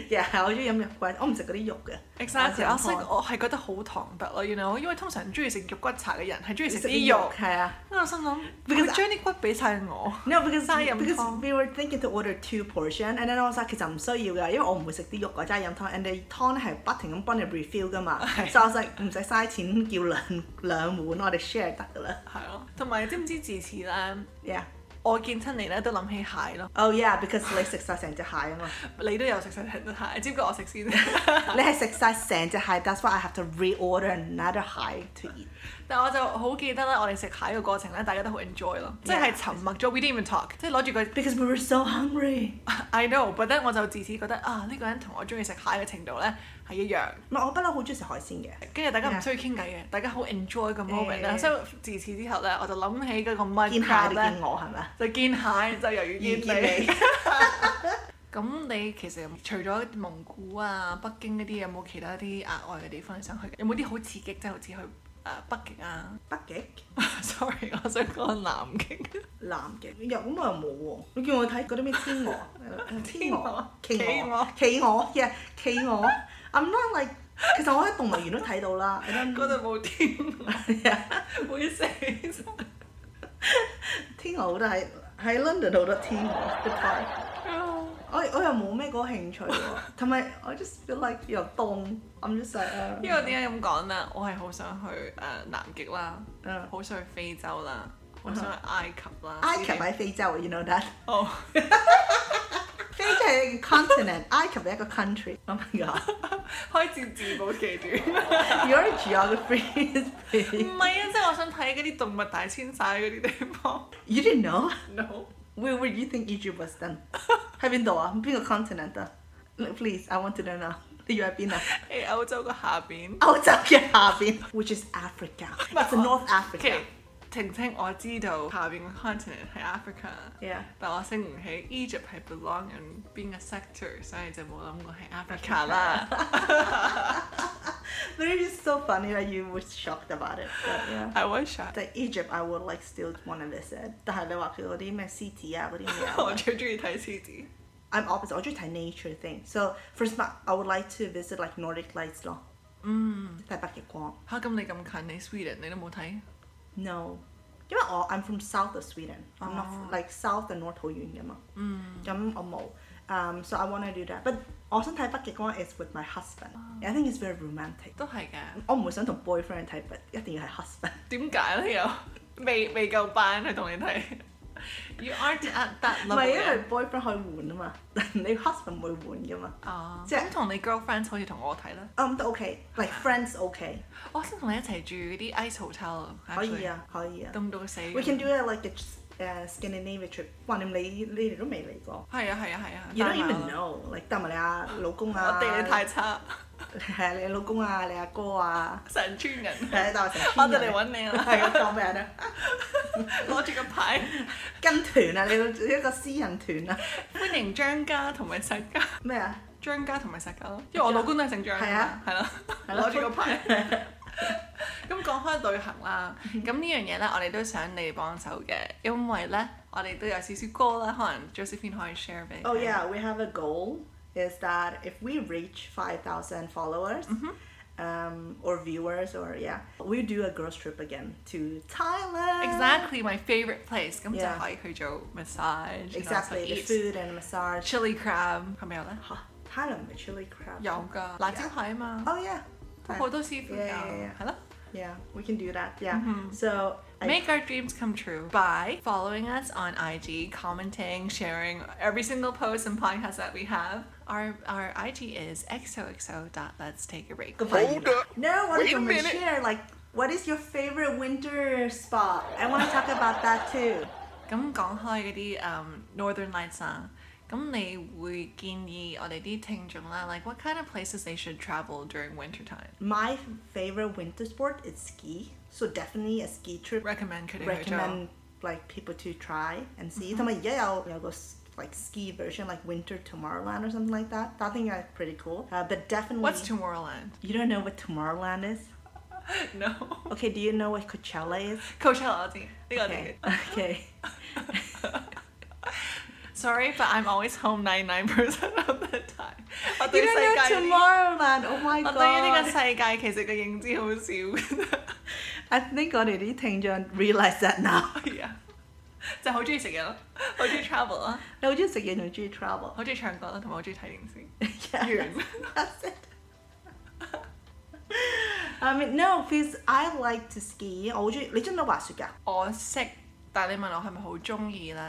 Speaker 2: Yeah，我中意飲肉骨，我唔食嗰啲肉嘅。
Speaker 1: exactly，
Speaker 2: 我
Speaker 1: 我
Speaker 2: 食
Speaker 1: 識
Speaker 2: 湯
Speaker 1: 我 "Oh，係覺得好唐突咯，you know，因為通常中意食肉骨茶嘅人係中意食啲
Speaker 2: 啲
Speaker 1: 肉，
Speaker 2: 係啊。
Speaker 1: 咁我心諗
Speaker 2: Because-
Speaker 1: 佢將啲骨俾晒 我，
Speaker 2: No, because
Speaker 1: 齋飲
Speaker 2: because
Speaker 1: 湯
Speaker 2: we were thinking to order two portion, and then I was like 其實唔需要㗎，因為我唔會食啲肉㗎，齋飲湯。And the 湯係不停咁幫你 refill 㗎嘛，
Speaker 1: 係
Speaker 2: 所以我 was like 'Mm, 唔使嘥錢叫兩兩碗，我哋 share 得㗎啦。
Speaker 1: 係咯。同埋知唔知自此咧，
Speaker 2: Yeah.
Speaker 1: 我見親你咧都諗起蟹咯，
Speaker 2: Oh yeah, because 你食晒成隻蟹啊嘛。
Speaker 1: 你都有食晒隻蟹，知唔知我食 先？
Speaker 2: 你係食晒成隻蟹，that's why I have to reorder another 蟹 to eat。
Speaker 1: 但我就好記得咧，我哋食蟹嘅過程咧，大家都好 enjoy 咯，即係
Speaker 2: Yeah.
Speaker 1: 沉默咗，we didn't even talk，即係攞住個
Speaker 2: Because we were so hungry。
Speaker 1: I know，but then 我就自此覺得啊，呢個人同我中意食蟹嘅程度咧係一樣。
Speaker 2: 唔係我不嬲好中意食海鮮嘅。
Speaker 1: 跟住大家唔
Speaker 2: Yeah.
Speaker 1: 需要傾偈嘅，大家好 enjoy 個 moment 啦。
Speaker 2: Yeah.
Speaker 1: 所以自此之後咧，我就諗起嗰個 mud
Speaker 2: 見蟹
Speaker 1: crab
Speaker 2: 你
Speaker 1: 咧
Speaker 2: 見，我係咪？
Speaker 1: 就見蟹就由於見你。
Speaker 2: 你。
Speaker 1: 咁你其實除咗蒙古啊、北京嗰啲，有冇其他啲額外嘅地方你想去？有冇啲好刺激，即係好似去誒、呃北極啊
Speaker 2: 北極、
Speaker 1: ？Sorry，我想講南極。
Speaker 2: 南極，又咁我又冇喎。你叫我睇嗰啲咩天鵝、誒天鵝、
Speaker 1: 企
Speaker 2: 企
Speaker 1: 鵝
Speaker 2: 鵝、企鵝嘅企鵝。I'm not like，其實我喺動物園都睇到啦。I don't-
Speaker 1: 嗰度冇天鵝，會死晒。
Speaker 2: 天鵝好多喺喺 London 好多天鵝 t h 我我又冇咩嗰個興趣喎，同埋我 just feel like 又凍，I'm just like uh, 啊
Speaker 1: 因為點解咁講咧？我係好想去誒、呃南極啦，
Speaker 2: 嗯
Speaker 1: 好想去非洲啦，好想去埃及啦。
Speaker 2: 埃及喺非洲，you know that？
Speaker 1: 哦，
Speaker 2: 非洲係一個 continent，埃及係一個 country。Oh my god！
Speaker 1: 開始自暴其短。
Speaker 2: Your geography is pretty.
Speaker 1: 唔係啊，即係我想睇嗰啲動物大遷徙嗰啲地方。
Speaker 2: You didn't know?
Speaker 1: No。
Speaker 2: Where would you think Egypt was then? 喺邊度啊？邊個 continent 啊？Please, I want to know now. 你要喺 邊啊？
Speaker 1: 喺歐洲嘅下邊。
Speaker 2: 歐洲嘅下邊，which is Africa. It's North Africa.
Speaker 1: OK，澄清我知道下邊嘅 continent 係 Africa。
Speaker 2: Yeah.
Speaker 1: 但我醒唔起 Egypt 係 belong in 邊個 sector，所以就冇諗過係 Africa 啦。
Speaker 2: But it is so funny that you were shocked about it. But yeah.
Speaker 1: I was shocked。
Speaker 2: Like Egypt, I would like still want to visit. 但係你話佢嗰啲咩獅子啊 嗰啲咩
Speaker 1: 我
Speaker 2: 啊
Speaker 1: 最中意睇獅子。
Speaker 2: ？I'm opposite. 我中意睇 nature thing. So first, my- I would like to visit like Nordic lights 咯。嗯。睇北極光。
Speaker 1: 嚇！咁你咁近，你 Sweden 你都冇睇？
Speaker 2: No，因為我 I'm from south of Sweden. I'm not from- like south and north 好遠㗎嘛。嗯。咁我冇。Um, so I want to do that. But 我想睇北極光 is with my husband. I think it's very romantic.
Speaker 1: 都係嘅。
Speaker 2: 我唔會想同 boyfriend 睇，but 一定要係 husband。
Speaker 1: 點解咧？又未未夠班去同你睇？You aren't at that
Speaker 2: 唔
Speaker 1: level
Speaker 2: 係因
Speaker 1: 嘅
Speaker 2: 為 boyfriend 可以換啊嘛，你 husband 唔會換㗎嘛。
Speaker 1: 啊，
Speaker 2: 即係
Speaker 1: 咁同你 girlfriend 好似同我睇啦。
Speaker 2: 嗯，都 OK，like friends OK，
Speaker 1: 我想同你一齊住嗰啲 ice hotel，
Speaker 2: 可以，啊，可以啊。
Speaker 1: 凍到死。
Speaker 2: We can do it like a s- 誒 Scandinavia trip。橫掂你你哋都未嚟過
Speaker 1: 係啊係啊係啊。
Speaker 2: ，you don't
Speaker 1: 帶埋
Speaker 2: even
Speaker 1: 我
Speaker 2: know，like 帶埋你阿老公
Speaker 1: 我
Speaker 2: 啊，
Speaker 1: 地理太差，
Speaker 2: 係啊，你老公啊，你阿哥啊，
Speaker 1: 成村人。
Speaker 2: 係啊，帶埋成
Speaker 1: 我
Speaker 2: 村
Speaker 1: 哋
Speaker 2: 人
Speaker 1: 嚟揾你啦，
Speaker 2: 係啊，當咩啊？
Speaker 1: 攞住個牌，
Speaker 2: 跟團啊，你一個私人團啊，
Speaker 1: 歡迎張家同埋石家，
Speaker 2: 咩啊？
Speaker 1: 張家同埋石家咯，因為我老公都係姓張㗎嘛，
Speaker 2: 係啊
Speaker 1: 係啦，
Speaker 2: 係咯
Speaker 1: 攞住個牌。 咁講開旅行啦，
Speaker 2: 嗯
Speaker 1: 咁呢樣嘢呢，我哋都想你幫手嘅，因為呢，我哋都有少少歌啦，可能 Josephine 可以 share 俾你聽。
Speaker 2: Oh yeah, we have a goal is that if we reach 5,000 followers
Speaker 1: Mm-hmm.
Speaker 2: um, or viewers or yeah, we do a girls trip again to Thailand.
Speaker 1: Exactly my favorite place，咁
Speaker 2: Yeah
Speaker 1: 就可以去做 massage，
Speaker 2: Exactly, the
Speaker 1: and also eat
Speaker 2: food and massage.
Speaker 1: chili crab，係咪有呢？
Speaker 2: 嚇 Thailand 咪 chili crab
Speaker 1: 有㗎，辣椒蟹啊嘛，
Speaker 2: Oh yeah
Speaker 1: 都好多師傅㗎
Speaker 2: Yeah, yeah, yeah.，
Speaker 1: 係咯。
Speaker 2: yeah we can do that yeah
Speaker 1: Mm-hmm.
Speaker 2: so I-
Speaker 1: Make our dreams come true by following us on IG, commenting, sharing every single post and podcast that we have. Our our IG is xoxo.let's take a break.
Speaker 2: Goodbye,
Speaker 3: Hold
Speaker 2: Yuna.
Speaker 3: up.
Speaker 2: No, what
Speaker 3: Wait a
Speaker 2: is your
Speaker 3: minute.
Speaker 2: share? Like, what is your favorite winter spot? I want to talk about that too.
Speaker 1: 咁講開嗰啲誒 um, Northern Lights 啊，咁你會建議我哋啲聽眾啦，like what kind of places they should travel during winter time?
Speaker 2: My favorite winter sport is ski. So definitely a ski trip.
Speaker 1: Recommend 佢哋去做
Speaker 2: recommend like people to try and see.
Speaker 3: Mm-hmm.
Speaker 2: Some like yeah, you know, go s- like ski version like Winter Tomorrowland or something like that. I think that's pretty cool. Uh, but definitely,
Speaker 1: What's Tomorrowland?
Speaker 2: you don't know what Tomorrowland is?
Speaker 1: No.
Speaker 2: Okay, do you know what Coachella is?
Speaker 1: Coachella 我知，呢個我
Speaker 2: Okay,
Speaker 1: 知。
Speaker 2: okay.
Speaker 1: Sorry, but I'm always home 99% of the time. 我
Speaker 2: you
Speaker 1: 對世
Speaker 2: don't know
Speaker 1: 界呢
Speaker 2: Tomorrowland? Oh my
Speaker 1: 我對於呢個
Speaker 2: god!
Speaker 1: 世界其實嘅認知好 少
Speaker 2: I think I already think John realize that now.
Speaker 1: 係啊，就係好中意食嘢咯，好中意 travel 啦，
Speaker 2: No, just again, you do travel.
Speaker 1: 好中意唱歌啦，同埋好中意睇電視。
Speaker 2: yeah,
Speaker 1: Weird.
Speaker 2: that's it. I mean, no, because I like to ski. Oh, 我好中意，你中唔中意滑雪㗎？
Speaker 1: 我識，但係你問我係咪好中意咧？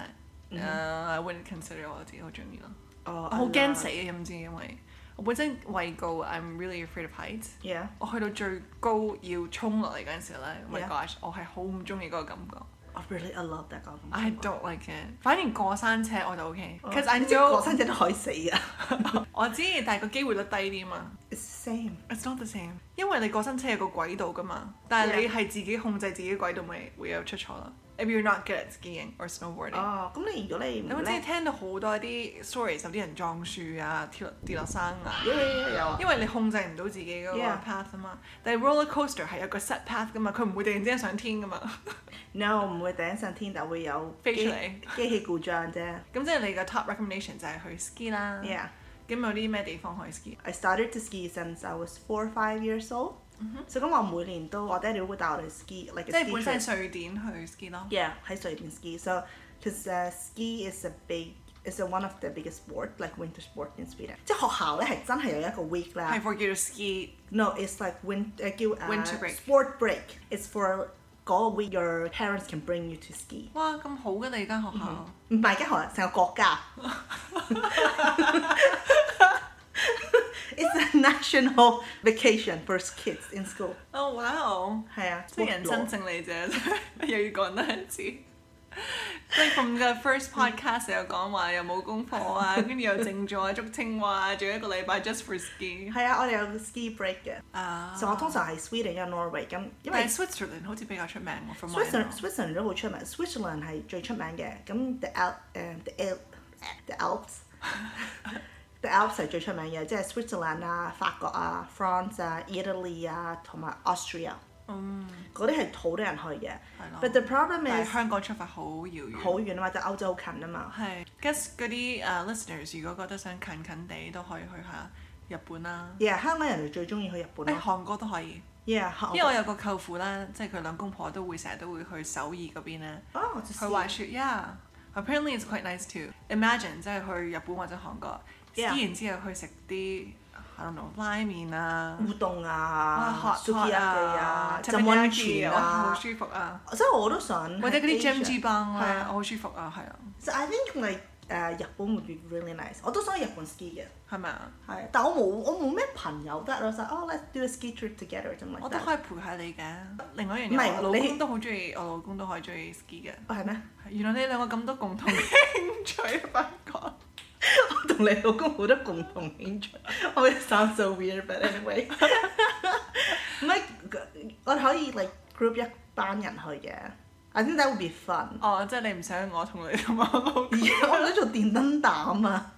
Speaker 1: 誒、
Speaker 2: Mm-hmm.
Speaker 1: i Uh, wouldn't consider 我自己好中意咯。
Speaker 2: 哦
Speaker 1: 我好驚死嘅，唔知因為我本身畏高，I'm really afraid of heights。
Speaker 2: Yeah.
Speaker 1: 我去到最高要衝落嚟嗰陣時咧，Oh my
Speaker 2: Yeah.
Speaker 1: gosh，我係好唔中意嗰個感覺。
Speaker 2: I really I love that album.
Speaker 1: I don't like it。反而過山車我就
Speaker 2: Oh,
Speaker 1: OK，cause、I
Speaker 2: 我
Speaker 1: know
Speaker 2: 真係可以死 啊！
Speaker 1: 我知，但係個機會率低啲啊嘛。
Speaker 2: It's the same.
Speaker 1: It's not the same，因為你過身車有個軌道噶嘛，但係你
Speaker 2: Yeah.
Speaker 1: 係自己控制自己嘅軌道，咪會有出錯啦。If you're not good at skiing or snowboarding，、
Speaker 2: 哦，咁你如果你
Speaker 1: Oh，你
Speaker 2: 唔
Speaker 1: 會真係
Speaker 2: 叻，
Speaker 1: 聽到好多啲 stories，有啲人撞樹啊、跳落跌落山啊，
Speaker 2: 有有有啊
Speaker 1: 因為你控制唔到自己嗰個
Speaker 2: Yeah.
Speaker 1: path 啊嘛。但係 roller coaster 係有個 set path 噶嘛，佢唔會突然之間上天噶嘛。
Speaker 2: ，no 唔會頂上天，但會有
Speaker 1: 飛
Speaker 2: 機
Speaker 1: 出嚟
Speaker 2: 機器故障啫。
Speaker 1: 咁即係你嘅 top recommendation 就係去 ski 啦。咁
Speaker 2: Yeah,
Speaker 1: 有啲咩地方可以 ski？
Speaker 2: I started to ski since I was four or five years old.
Speaker 1: Mm-hmm.
Speaker 2: 所以咁我每年都我爹哋會帶我哋 ski like
Speaker 1: 即
Speaker 2: a
Speaker 1: 係
Speaker 2: ski
Speaker 1: 本身
Speaker 2: trip.
Speaker 1: 係瑞典去 ski 咯。
Speaker 2: Yeah，喺瑞典 ski. So, because、ski is a big is a one of the biggest sport like winter sport in Sweden. 即係學校咧係真係有一個 week 啦。
Speaker 1: 係 for 叫做 ski
Speaker 2: No, it's like win, uh, you, uh,
Speaker 1: Winter break.
Speaker 2: Sport break. It's for go week. Your parents can bring you to ski.
Speaker 1: 哇，咁好嘅你間學校。
Speaker 2: 唔係嘅，可能成個 國家。It's a national vacation for kids in school.
Speaker 1: 哦，哇哦！
Speaker 2: 係啊，
Speaker 1: 即係人生勝利者， 又要講多一次。即係 from the first
Speaker 2: Mm
Speaker 1: podcast 又講話又冇功課 啊，跟住又靜坐捉青蛙，仲有一個禮拜 just for ski
Speaker 2: 係啊，我哋有個 ski break 嘅。
Speaker 1: 啊。
Speaker 2: 所以我通常係 Sweden 因為 Norway 咁，因為
Speaker 1: 但係啊 Switzerland 好似比較出名喎，from what I
Speaker 2: Switzerland
Speaker 1: know
Speaker 2: Switzerland 都好出名，Switzerland 係最出名嘅。咁 the Al 誒 the Al 呃 the Alps the Alps 係最出名嘅，即係 Switzerland 啊、法國啊、France 啊、Italy 啊同埋 Austria。嗰啲係好多人去嘅
Speaker 1: 嗯係咯。
Speaker 2: But the problem
Speaker 1: 但
Speaker 2: is
Speaker 1: 係香港出發好遙遠。
Speaker 2: 好遠啊嘛，就歐洲好近啊嘛。
Speaker 1: 係，guess 嗰啲誒啊 listeners 如果覺得想近近地都可以去下日本啦，
Speaker 2: Yeah，香港人就最中意去日本
Speaker 1: 誒
Speaker 2: 咯。
Speaker 1: 韓國都可以。
Speaker 2: Yeah，
Speaker 1: 哎因為我
Speaker 2: 韓
Speaker 1: 有個舅父啦，即係佢兩公婆都會成日都會去首爾嗰邊啊咧。
Speaker 2: 國哦，我知
Speaker 1: 去滑雪，yeah。Apparently it's quite nice too. Imagine 即係去日本或者韓國
Speaker 2: Yeah.
Speaker 1: ski 完之後去食啲 I don't know 拉麵啊，
Speaker 2: 烏冬
Speaker 1: 哇
Speaker 2: 啊、
Speaker 1: hot pot
Speaker 2: 嗯 sukiyaki 啊、浸
Speaker 1: teppanyaki
Speaker 2: 温泉
Speaker 1: 哇好
Speaker 2: 啊，
Speaker 1: 舒服啊，
Speaker 2: 所以我都想
Speaker 1: 或者嗰啲
Speaker 2: Asia
Speaker 1: gym g bang
Speaker 2: 係啊
Speaker 1: 啦，我好舒服啊，係啊，
Speaker 2: So I think like 誒、日本 would be really nice。我都想去日本 ski 嘅，
Speaker 1: 係咪啊？
Speaker 2: 係啊，但我冇我冇咩朋友得咯，就哦 let's do a ski trip together 咁 like
Speaker 1: 我都
Speaker 2: that。
Speaker 1: 可以陪下你嘅。另外一樣
Speaker 2: 唔
Speaker 1: 嘢，
Speaker 2: 係
Speaker 1: 我老
Speaker 2: 你
Speaker 1: 公都好中意，我老公都可以中意 ski 嘅。
Speaker 2: 哦係咩？
Speaker 1: 原來你兩個咁多共 同嘅興趣，發覺。
Speaker 2: 我同你老公好多共同興趣，我 sound so weird，but anyway，唔係我哋可以 like group 一班人去嘅，I think that would be fun。
Speaker 1: 哦，即係你唔想我同你同我老公。
Speaker 2: 我想做電燈膽啊！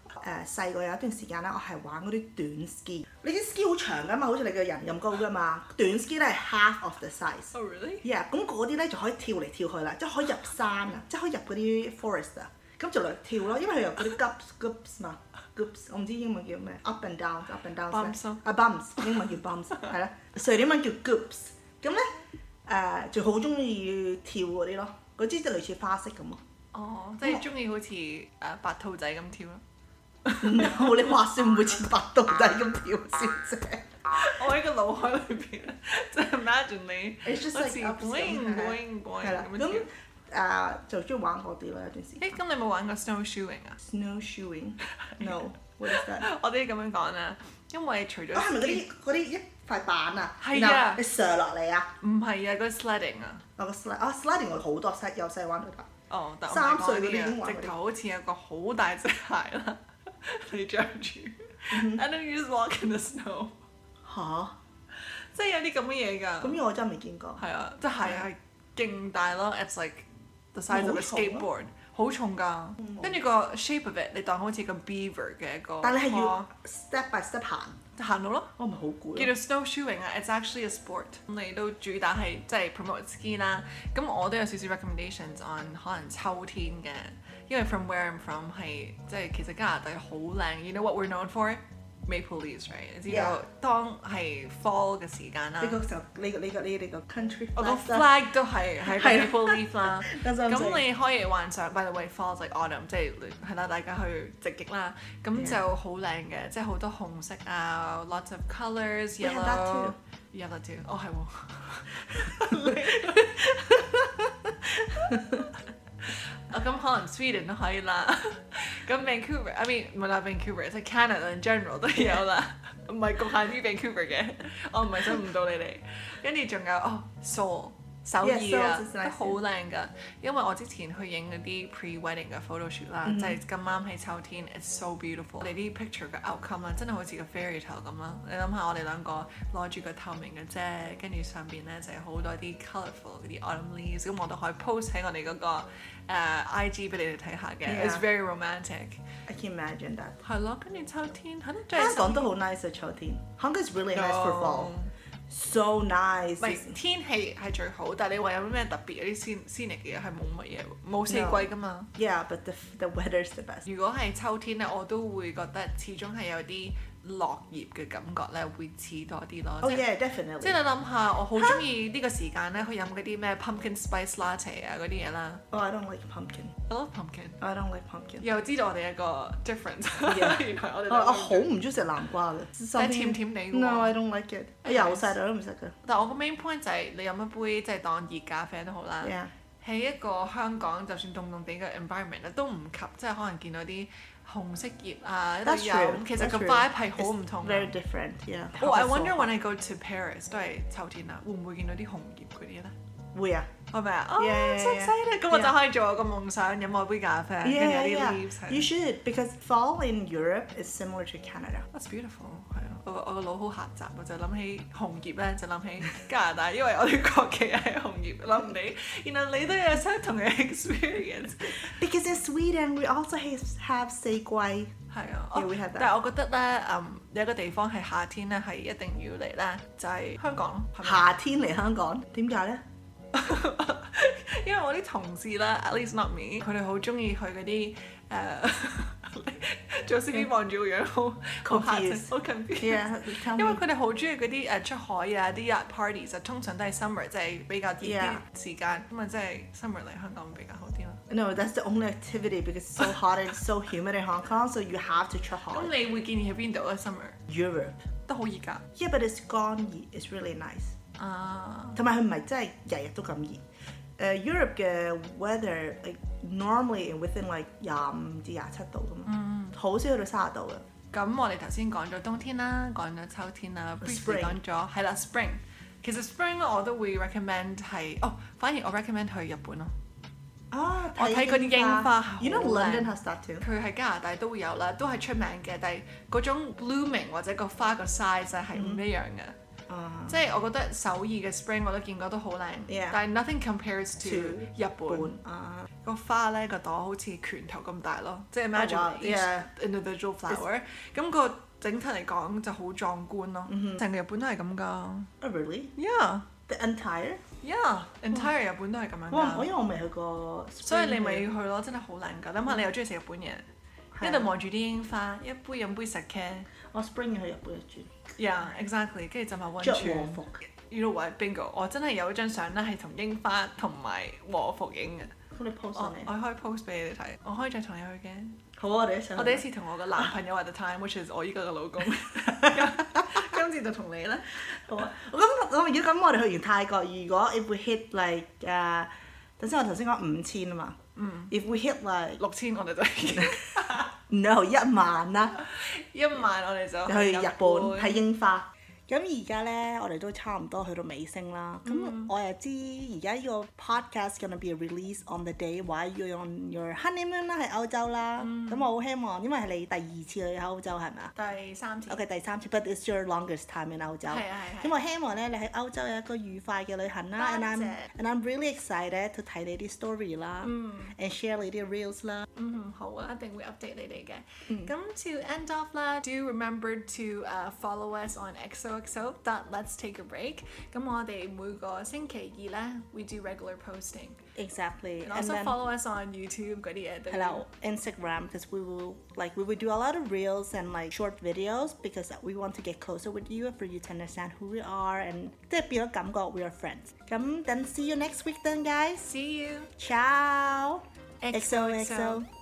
Speaker 2: 誒細個有一段時間咧，我係玩嗰啲短 ski，你啲 ski 好長噶嘛，好似你個人咁高噶嘛，短 ski 咧係 half of the size。
Speaker 1: Oh really？
Speaker 2: yeah，咁嗰啲咧就可以跳嚟跳去啦，即係可以入山啊，即係可以入嗰啲 forest 啊，咁就嚟跳咯，因為佢有嗰啲 gaps gaps 嘛，gaps 我唔知英文叫咩，up and down up and down
Speaker 1: Bumps 咯
Speaker 2: 啊 bumps 英文叫 bumps 係啦，瑞典文叫 gaps，咁咧誒就好中意跳嗰啲咯，嗰啲就類似花式咁咯，
Speaker 1: 呃 哦，即係中意好似誒白兔仔咁跳咯。
Speaker 2: No，你話笑唔會似百度仔咁跳，小姐。
Speaker 1: 我喺個腦海裏邊， 即係 imagine 你
Speaker 2: It's just
Speaker 1: 好
Speaker 2: like
Speaker 1: 似
Speaker 2: ups and
Speaker 1: boing
Speaker 2: downs，
Speaker 1: boing boing
Speaker 2: 係啦，
Speaker 1: 咁樣跳
Speaker 2: 咁。誒就中意玩嗰啲咯，有段 時間
Speaker 1: 誒，。咁你有冇玩過 snowshoeing 啊？
Speaker 2: Snowshoeing，no，what is that？
Speaker 1: 我哋咁樣講啦，因為除咗
Speaker 2: 啊，係咪嗰
Speaker 1: ski-
Speaker 2: 啲嗰啲一塊板啊？
Speaker 1: 係啊
Speaker 2: 然後你上落嚟啊！
Speaker 1: 唔係啊，嗰啲 sledding 啊。
Speaker 2: 我個 slide 啊 sliding 我好多 slide 由細玩到大。
Speaker 1: 哦，但我
Speaker 2: 三
Speaker 1: 唔係
Speaker 2: 歲
Speaker 1: 講
Speaker 2: 嗰啲已經
Speaker 1: 呢
Speaker 2: 玩嗰啲
Speaker 1: 直頭好似有個好大隻鞋啦， 你着住。And
Speaker 2: 嗯
Speaker 1: then you just walk in the snow，
Speaker 2: 吓？
Speaker 1: 即係有啲咁嘅嘢㗎。
Speaker 2: 咁我真係未見過。
Speaker 1: 係啊，即係鞋係勁大咯，it's like the size of a
Speaker 2: 好重啊嗯
Speaker 1: skateboard，好重㗎。跟住個 shape of it，你當好似個 beaver 嘅一個，
Speaker 2: 但你係要 step by step 行，
Speaker 1: 行路咯。
Speaker 2: 我哦咪好攰
Speaker 1: 叫做
Speaker 2: 咯。
Speaker 1: snowshoeing 啊，it's actually a sport。咁你都主打係即係 promote ski 啦。咁我都有少少 recommendations on 可能秋天嘅，因為 from where I'm from 係即係其實加拿大好靚。You know what we're known for? Maple leaves, right？你知道
Speaker 2: Yeah
Speaker 1: 當係 fall 嘅時間啦
Speaker 2: 你，個時候，你個你個你你個 country
Speaker 1: 我個
Speaker 2: flag 啊
Speaker 1: flag 都係係個
Speaker 2: 係啦
Speaker 1: maple leaf uh. 啦。
Speaker 2: That's what I'm
Speaker 1: 咁
Speaker 2: saying
Speaker 1: 你可以幻想，by uh, the way falls like autumn，即係係啦，大家去直擊啦。咁
Speaker 2: Yeah
Speaker 1: 就好靚嘅，即係好多紅色啊，lots uh, of colours
Speaker 2: We have that
Speaker 1: yellow
Speaker 2: too.。
Speaker 1: 有啦，屌！哦，係 喎。啊，咁可能 Sweden 都可以啦。 咁 Vancouver，I mean 唔係啦，Vancouver 即係 Canada in general 都有啦， 唔係局限於 Vancouver Oh, 嘅。我唔係想誤導你哋。跟住仲有哦，Seoul oh, 首爾
Speaker 2: Yeah,
Speaker 1: 啊
Speaker 2: Seoul is nice
Speaker 1: 都好靚㗎。因為我之前去影嗰啲 pre wedding 嘅 photo shoot 啦，即係咁啱喺秋天，it's so beautiful。我哋啲 picture 嘅 outcome 啊啦，真係好似個 fairy tale 咁啦。你諗下，我哋兩個攞住個透明嘅遮，跟住上邊咧就係好多啲 colourful 嗰啲 autumn leaves，咁我都可以 post 喺我哋嗰、個、呃 IG 俾你哋睇下嘅
Speaker 2: Yeah
Speaker 1: it's very romantic。
Speaker 2: I can imagine that。
Speaker 1: 係咯，跟住秋天係咯，即
Speaker 2: 香
Speaker 1: 係
Speaker 2: 港都好 nice 啊，秋天。Hong Kong is really nice for fall。So
Speaker 1: 唔
Speaker 2: nice。
Speaker 1: 係天氣係最好，但係你話有咩特別嗰啲先先嚟嘅嘢係冇乜嘢喎，冇四季
Speaker 2: No
Speaker 1: 㗎嘛。
Speaker 2: Yeah，but the the weather's the best。
Speaker 1: 如果係秋天咧，我都會覺得始終係有啲落葉嘅感覺咧，會似多啲咯。
Speaker 2: Oh
Speaker 1: 即係
Speaker 2: yeah,
Speaker 1: 即
Speaker 2: definitely。
Speaker 1: 係你諗下，我好中意呢個時間咧，去飲嗰啲咩 pumpkin spice latte 啊嗰啲嘢啦。
Speaker 2: Oh, I don't like pumpkin.
Speaker 1: I love pumpkin。
Speaker 2: I don't like pumpkin. Uh,
Speaker 1: 又知道我哋一個 difference，
Speaker 2: Yeah
Speaker 1: 原來我哋
Speaker 2: 我
Speaker 1: 兩
Speaker 2: 我
Speaker 1: 個
Speaker 2: 好唔中意食南瓜嘅，
Speaker 1: 係甜甜地嘅喎
Speaker 2: No, I don't like it。我
Speaker 1: Anyways
Speaker 2: 由細到都唔食嘅。
Speaker 1: 但我個 main point 就係你飲一杯即係當熱咖啡都好啦。
Speaker 2: Yeah，
Speaker 1: 喺一個香港就算凍凍地嘅 environment 咧，都唔及即係可能見到啲紅色葉啊，都
Speaker 2: That's
Speaker 1: 有
Speaker 2: true，
Speaker 1: 其實個
Speaker 2: that's true.
Speaker 1: vibe 係好唔同啊嘅
Speaker 2: very。different。Yeah。
Speaker 1: 哦，I Oh, wonder when I go to Paris 都係秋天啦，會唔會見到啲紅葉嗰啲咧？
Speaker 2: 會啊。
Speaker 1: 係咪啊？哦
Speaker 2: Yeah, yeah, yeah,
Speaker 1: ，so
Speaker 2: yeah.
Speaker 1: excited！咁我
Speaker 2: Yeah.
Speaker 1: 就可以做我個夢想，飲我杯咖啡，跟住
Speaker 2: Yeah,
Speaker 1: 有啲
Speaker 2: yeah.
Speaker 1: leaves
Speaker 2: You
Speaker 1: 係。
Speaker 2: should because fall in Europe is similar to Canada.
Speaker 1: That's beautiful，係啊！我我個腦好狹窄，我就諗起紅葉咧，就諗起加拿大，因為我哋國旗係紅葉，諗唔起，原來你都有相同嘅 experience。
Speaker 2: Because in Sweden we also has- have sequoia.
Speaker 1: 係啊，
Speaker 2: Yeah,
Speaker 1: 哦
Speaker 2: we had that.
Speaker 1: 但係我覺得咧，嗯，有一個地方係夏天咧係一定要嚟咧，就係香港咯。係咪
Speaker 2: 夏天嚟香港點解呢？
Speaker 1: 因為我啲同事啦，at least not me，佢哋好中意去嗰啲誒， 做 C B 望住個樣好好嚇親
Speaker 2: 嗯 Confused
Speaker 1: 好 confused。
Speaker 2: Yeah, tell
Speaker 1: 因為
Speaker 2: me.
Speaker 1: 佢哋好中意嗰啲誒出海啊，啲 yacht parties 啊，通常都係 summer，即係比較熱啲
Speaker 2: Yeah
Speaker 1: 時間，咁啊即係 summer 嚟香港會比較好啲啦。
Speaker 2: No, that's the only activity because it's so hot and so humid in Hong Kong, so you have to travel
Speaker 1: 咁你會建議去邊度啊？summer
Speaker 2: Europe.
Speaker 1: 都好熱㗎。
Speaker 2: Yeah, but it's gone. It's really nice.
Speaker 1: 啊，
Speaker 2: 同埋佢唔係真係日日都咁熱。誒、Europe 嘅 weather like normally within like 廿五至廿七度咁樣，好少去到三十度嘅。
Speaker 1: 咁我哋頭先講咗冬天啦，講咗秋天啦 briefly
Speaker 2: Spring
Speaker 1: 講咗係啦 spring。其實 spring 咧我都會 recommend 係哦，反而我 recommend 去日本咯。
Speaker 2: 啊，
Speaker 1: 我睇嗰啲櫻花好
Speaker 2: You know
Speaker 1: 靚
Speaker 2: London has that too.
Speaker 1: 佢喺加拿大都會有啦，都係出名嘅，但係嗰種 blooming 或者個花個 size 啊係唔
Speaker 2: 嗯
Speaker 1: 一樣嘅。
Speaker 2: 啊，
Speaker 1: 即係我覺得首爾嘅 spring 我都見過都好靚
Speaker 2: Yeah
Speaker 1: 但係 nothing compares to
Speaker 2: To
Speaker 1: 日本
Speaker 2: 本啊
Speaker 1: 個花咧個朵好似拳頭咁大咯，即係
Speaker 2: Oh, wow,
Speaker 1: imagine each
Speaker 2: yeah
Speaker 1: individual flower 咁個整體嚟講就好壯觀咯。
Speaker 2: Mm-hmm
Speaker 1: 成個日本都係咁㗎
Speaker 2: ，Oh really?
Speaker 1: ，yeah
Speaker 2: The entire？
Speaker 1: yeah entire 日本都係咁樣
Speaker 2: 哇！我
Speaker 1: 㗎，
Speaker 2: 因為我未去過，
Speaker 1: 所以你咪要去咯，真係好靚㗎。諗下
Speaker 2: Mm
Speaker 1: 你又中意食日本嘢，
Speaker 2: 啊
Speaker 1: 一度望住啲櫻花，一杯飲杯 sake。
Speaker 2: 我 spring 去日本一轉，
Speaker 1: Yeah, exactly。跟住浸下温
Speaker 2: 着和
Speaker 1: 泉。
Speaker 2: 服。
Speaker 1: You know what? Bingo！我真係有一張相咧，係同櫻花同埋和服影嘅。
Speaker 2: 咁你 post
Speaker 1: 我
Speaker 2: 上嚟。
Speaker 1: 我可以 post 俾你哋睇，我可以再同你去嘅。
Speaker 2: 好啊，我哋一齊去。
Speaker 1: 我第一次同我個男朋友 at the time，which is 我依家嘅老 公，今次就同你啦。
Speaker 2: 好啊，咁咁如果咁，我哋去完泰國，如果 if we hit like 誒，等先我頭先講五千啊嘛。If we hit like
Speaker 1: 六千我哋就 係
Speaker 2: no 一啊萬啦。
Speaker 1: 一萬，我哋就
Speaker 2: 去日本睇櫻花。咁而家呢，我哋都差唔多去到尾聲啦。咁、我又知而家呢個 podcast gonna be released on the day while you're on your honeymoon 啦，喺歐洲啦。咁、我好希望，因為係你第二次去歐洲係咪啊
Speaker 1: 第三次。
Speaker 2: ？OK，第三次，but it's your longest time in 歐洲。
Speaker 1: 係啊係係
Speaker 2: 咁我希望呢，你喺歐洲有一個愉快嘅旅行啦。And
Speaker 1: 多謝
Speaker 2: I'm and I'm really excited to 睇你啲 story 啦、and share 你啲 reels 啦。
Speaker 1: 嗯，好啊，一定會 update 你哋嘅。咁、to end off 啦，do remember to、uh, follow us on xoxo dot let's take a break。咁我哋每個星期二咧，we do regular posting。
Speaker 2: Exactly。
Speaker 1: And also follow us on YouTube 嗰啲嘢都要。
Speaker 2: Hello, Instagram because we will like we will do a lot of reels and like short videos because we want to get closer with you for you to understand who we are and 即係變咗感覺 we are friends. 咁 then see you next week then guys.
Speaker 1: See you.
Speaker 2: Ciao.
Speaker 1: XOXO